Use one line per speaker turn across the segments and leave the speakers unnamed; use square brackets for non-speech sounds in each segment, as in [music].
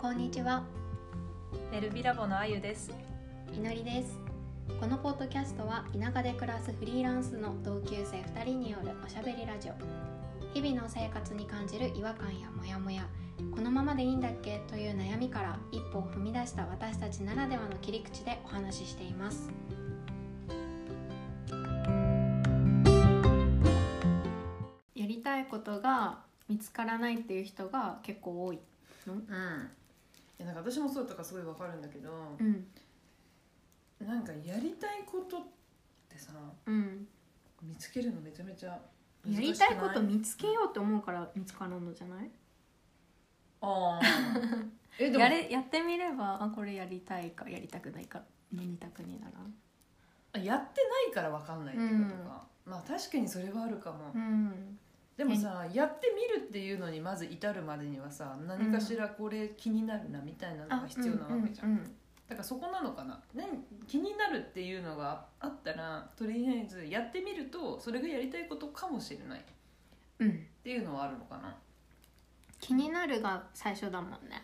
こんにちは、
エルビラボのあゆです。
いのりですこのポッドキャストは田舎で暮らすフリーランスの同級生2人によるおしゃべりラジオ日々の生活に感じる違和感やモヤモヤこのままでいいんだっけという悩みから一歩を踏み出した私たちならではの切り口でお話ししていますやりたいことが見つからないっていう人が結構多い
うん、いやなんか私もそうとかすごいわかるんだけど、
うん
なんかやりたいことってさ
うん
見つけるのめちゃめちゃ難し
や
くない
りたいこと見つけようと思うから見つからんのじゃない
あ
[laughs]
ーえでも
やれやってみればあこれやりたいかやりたくないかの二択にならん
あやってないからわかんないってことか、まあ確かにそれはあるかも、
うん
でもさやってみるっていうのにまず至るまでにはさ何かしらこれ気になるなみたいなのが必要なわけじゃん、
うん
だからそこなのかな、ね、気になるっていうのがあったらとりあえずやってみるとそれがやりたいことかもしれないっ
うんうん
ていうのはあるのかな
気になるが最初だもんね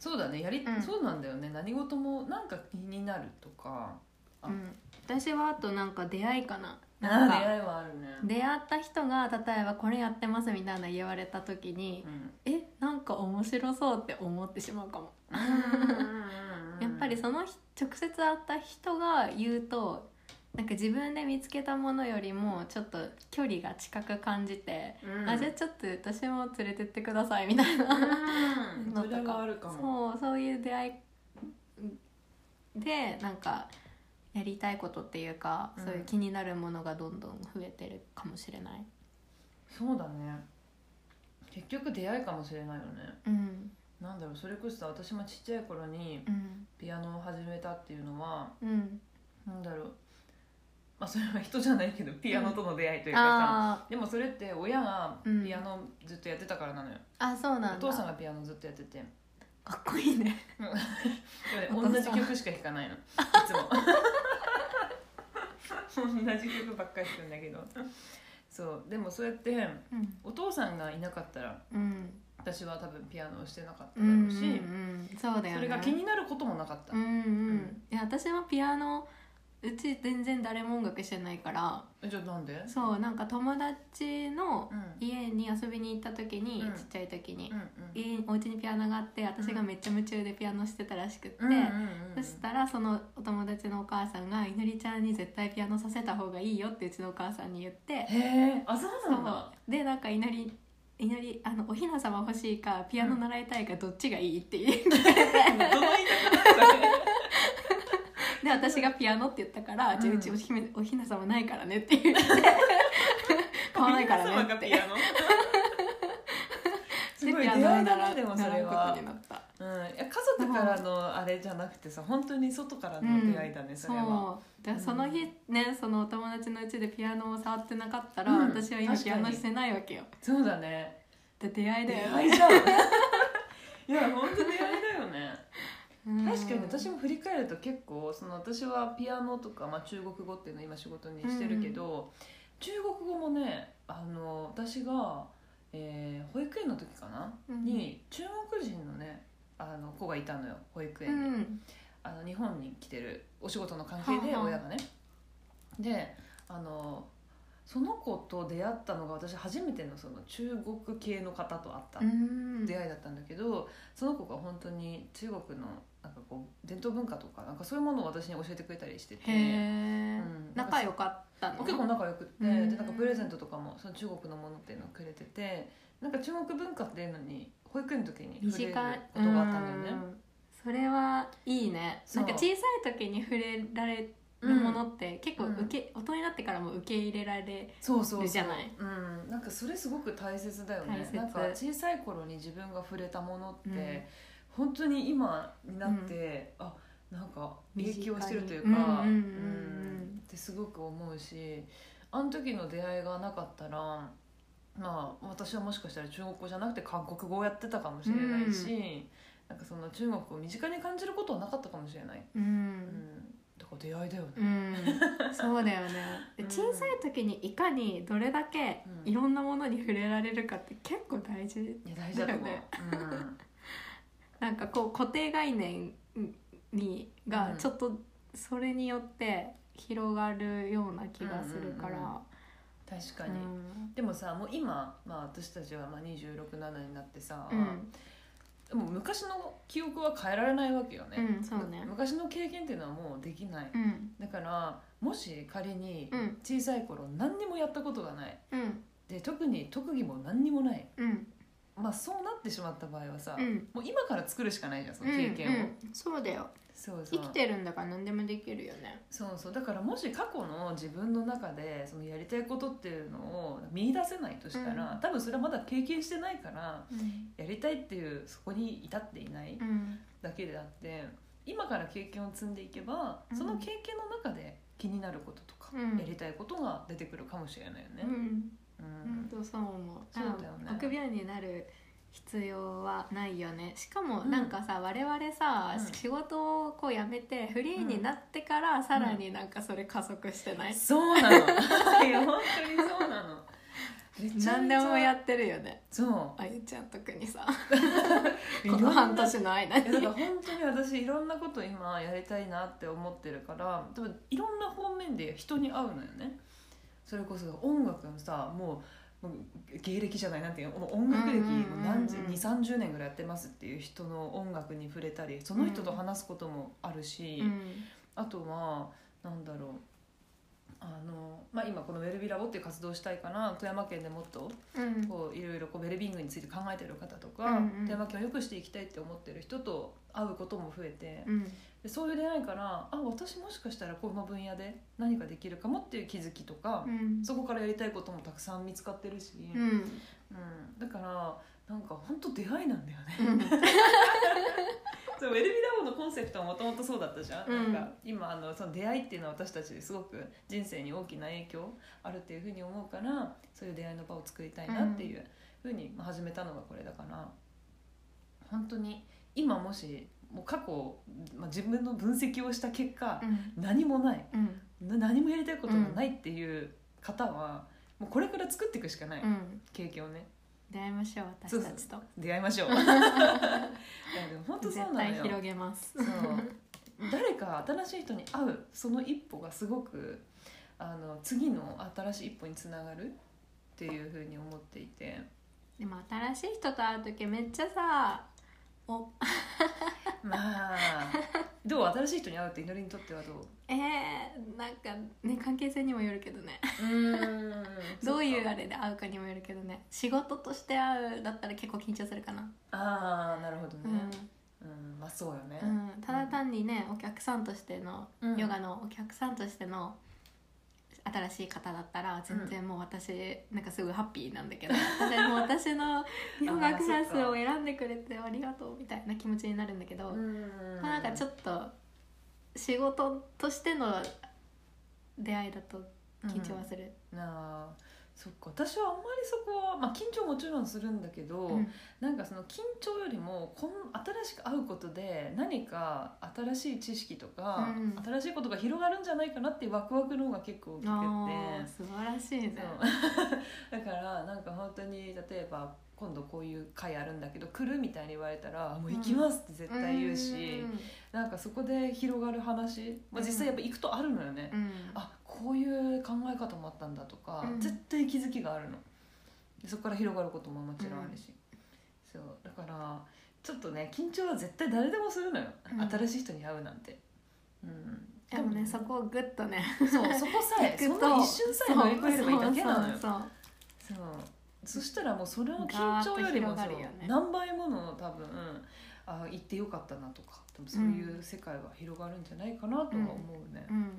そうだねやり、
うん
そうなんだよね何事もなんか気になるとかあ
うん私はあとなんか出会いかなな
なんんか出
か
会いはあるね、
出会った人が例えばこれやってますみたいな言われた時に
うん
えなんか面白そうって思ってしまうかもやっぱりその人直接会った人が言うとなんか自分で見つけたものよりもちょっと距離が近く感じて、
うん
あじゃあちょっと私も連れてってくださいみたいな
うん
のと
それはあるかも
そうそういう出会いでなんかやりたいことっていうか、
うん
そういう気になるものがどんどん増えてるかもしれない。
そうだね結局出会いかもしれないよね
うん
なんだろうそれこそさ私もちっちゃい頃に
うん
ピアノを始めたっていうのは
うん、
なんだろうまあそれは人じゃないけどピアノとの出会いというかさ、
あ
でもそれって親が
うん
ピアノずっとやってたからなのよ、
ーあそうなんだ
お父さんがピアノずっとやってて
かっこいいね。
で
お
も
父さん
ね同じ曲しか弾
[laughs]
かないのいつも [laughs] 同じ曲ばっかり弾くんだけどそうでもそうやって
うん
お父さんがいなかったら
うん
私は多分ピアノをしてなかった
うんうん
だろうし、
うんそうだよね。
それが気になることもなかった、
うんうん、
うん
いや私もピアノうち全然誰も音楽してないから
えじゃあなんでう
そうなんか友達の
ん
家に遊びに行った時に、
うん
ちっちゃい時に
うん、
家にお家にピアノがあって私がめっちゃ夢中でピアノしてたらしくって、
うんうんうんうん
そしたらそのお友達のお母さんが「いのりちゃんに絶対ピアノさせた方がいいよ」ってうちのお母さんに言って
へえあそう
そ
なんだ
うでなんかいのりいのりあのおひな様欲しいかピアノ習いたいかどっちがいいって言って
どのい
で私がピアノって言ったから「
うん
じゃあうちお姫おひな様ないからね」って言
[laughs]
って買わないからねって
ピアノ [laughs] すごい
ピ
出
ア
会い
ノを習
だな
う
でもそれ
習うこ
は
とになった
うん、いや家族からのあれじゃなくてさ本当に外からの出会いだね、そ
そう
れは
だからその日ねそのお友達のうちでピアノを触ってなかったら、
うん
私は今
確
ピ
かに
アノしてないわけよ
そうだね
で出会い
出
だよ
会いじゃんいや本当出会いだよね [laughs]
うん
確かに私も振り返ると結構その私はピアノとか、まあ、中国語っていうのを今仕事にしてるけど、中国語もねあの私が、えー保育園の時かな、
うん
に中国人のねあの子がいたのよ保育
う
園に、
ん
あの日本に来てるお仕事の関係で
はあはあ
親がねであのその子と出会ったのが私初めてのその中国系の方と会った
うん
出会いだったんだけどその子が本当に中国のなんかこう伝統文化とかなんかそういうものを私に教えてくれたりしてて
へえ、
うん
仲良かったの
結構仲良くって
うん
でなんかプレゼントとかもその中国のものっていうのをくれててなんか中国文化っていうのに保育園の時に触れる
短い
ことがあったんだよ
う
ね。
んそれはいいね
そ
な
うん
か小さい時に触れられるものって結構受け、大人になってからも受け入れられ
そうそうそう
るじゃない
うん、なんかそれすごく大切だよ
大
ね
切
なんか小さい頃に自分が触れたものって、本当に今になって、あなんか影響してるというか
身近にうんうんうんうん
うんってすごく思うしあの時の出会いがなかったらまあ私はもしかしたら中国語じゃなくて韓国語をやってたかもしれないし、なんかその中国を身近に感じることはなかったかもしれない、
う、
うんん、だから出会いだよ
[laughs]
ね、 [laughs]
うん、そうだよねで
うん
小さい時にいかにどれだけ
うん
いろんなものに触れられるかって結構大事
いや大事だと思う、
だよね
うん
なんかこう固定概念にが
うん
ちょっとそれによって広がるような気がするから、
確か
う
に、
ん
でもさもう今、まあ、私たちはまあ267になってさ、
うん
でも昔の記憶は変えられないわけよね、
うんそうね
昔の経験っていうのはもうできない、
うん
だからもし仮に
うん
小さい頃何にもやったことがない
うん
で特に特技も何にもない
うん
まあそうなってしまった場合はさ、
うん
もう今から作るしかないじゃんその経験を、
うんうん、そうだよ
そうそ
生
う
きてるんだから何でもできるよね
そうそうだからもし過去の自分の中でそのやりたいことっていうのを見出せないとしたら、
うん
多分それはまだ経験してないから
うん、
やりたいっていうそこに至っていない
うん
だけであって今から経験を積んでいけば
うん
その経験の中で気になることとか、
うん
やりたいことが出てくるかもしれないよね。うん
本当そう思う
そうだよね
あ臆病になる必要はないよねしかもなんかさ、我々さ、
うん
仕事をこう辞めてフリーになってからさらになんかそれ加速してない、
そう
[laughs]
なのいや本当にそうなのめちゃめちゃ
何でもやってるよね
そう
あゆちゃん特にさ
い
こ
ろんな
の半年の間
いやだ
に
から本当に私いろんなこと今やりたいなって思ってるから多分いろんな方面で人に会うのよねそれこそ音楽もさもうもう芸歴じゃないなんていうのもう音楽歴
うんうんうんうん
もう何十2 3 0年ぐらいやってますっていう人の音楽に触れたりその人と話すこともあるし、
うん
あとはなんだろうあのまあ、今このウェルビーラボっていう活動をしたいから富山県でもっと
うん
こういろいろこうウェルビーイングについて考えてる方とか、
うんうん
電話機を良くしていきたいって思ってる人と会うことも増えて、
うん
でそういう出会いからあ私もしかしたらこの分野で何かできるかもっていう気づきとか
う、ん
そこからやりたいこともたくさん見つかってるし、
う
うん
ん
だからなんか本当出会いなんだよね。
うん
そうウェルビーラボのコンセプトはもともとそうだったじゃん,、
うん
なんか今あのその出会いっていうのは私たちすごく人生に大きな影響あるっていうふうに思うからそういう出会いの場を作りたいなっていうふうにまあ始めたのがこれだから本当に今もしもう過去、まあ、自分の分析をした結果、何もない
うん
な何もやりたいことがないっていう方は、もうこれから作っていくしかない、
うん
経験をね
出会いましょう私たちと
出会いま [laughs] しょう。いやでも本当そ
絶
うなのよ
対広げます
そう誰か新しい人に会うその一歩がすごくあの次の新しい一歩につながるっていうふうに思っていて
でも新しい人と会う時めっちゃさお
まあどう新しい人に会うって祈りにとってはどう
えー、なんかね関係性にもよるけど
[laughs]
ね
うん
どういうあれで会うかにもよるけどね仕事として会うだったら結構緊張するかな、
ああなるほど
う
ね
ん
うん、まあそうよね
うん、ただ単にねお客さんとしての、
うん
ヨガのお客さんとしての新しい方だったら全然もう私、なんかすごいハッピーなんだけ
[laughs]
ど私もう私のヨガクラスを選んでくれてありがとうみたいな気持ちになるんだけど、
うん
まあ、なんかちょっと仕事としての出会いだと緊張はする。
なあそっか私はあんまりそこは、まあ、緊張もちろんするんだけど、
うん
なんかその緊張よりもこん新しく会うことで何か新しい知識とか、
うん
新しいことが広がるんじゃないかなっていうワクワクの方が結構大きく
あー
て
素晴らしいね。
そう [laughs] だからなんか本当に例えば今度こういう会あるんだけど来るみたいに言われたら「もう行きます」って絶対言うし、なんかそこで広がる話、まあ、実際やっぱ行くとあるのよね。
うん、うん
あこういう考え方もあったんだとか、
うん
絶対気づきがあるのでそこから広がることももちろんあるし、そうだからちょっとね緊張は絶対誰でもするのよ、
うん
新しい人に会うなんて、うん、
でもねそこをグッとね
そうそこさ
[laughs]
え [laughs] そ
行くと
の一瞬さえ乗り越えればいいだけなのよ
そうそう
そうそしたらもうそれの緊張よりも
ガーッと広が
そう
るよね
何倍もの多分あ行ってよかったなとか多分そういう世界が広がるんじゃないかなとは思うね
そう、うん、
うん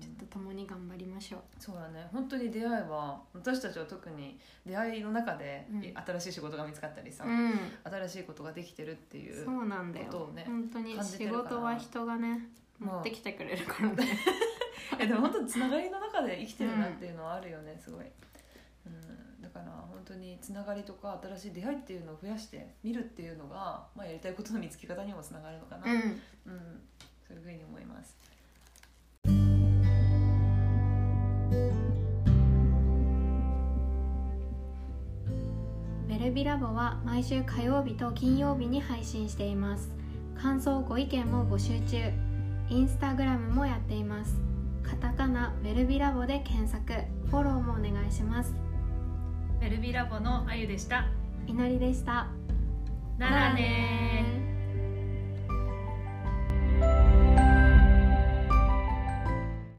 ちょっと共に頑張りましょう
そうだね本当に出会いは私たちは特に出会いの中で、
うん
新しい仕事が見つかったりさ、
うん
新しいことができてるっていう
そうなんだよ
ことをね
本当に
感じて
仕
るから
事は人がね
もう
持ってきてくれるからね
[laughs] いやでも本当つながりの中で生きてるなっていうのはあるよね、すごい、うん、だから本当につながりとか新しい出会いっていうのを増やして見るっていうのが、まあ、やりたいことの見つけ方にもつながるのかな、
うん
うん、そういうふうに思います。
ウェルルビラボは毎週火曜日と金曜日に配信しています感想ご意見も募集中インスタグラムもやっていますカタカナメルビラボで検索フォローもお願いします
メルビラボのあゆでした
いのりでした
ならねー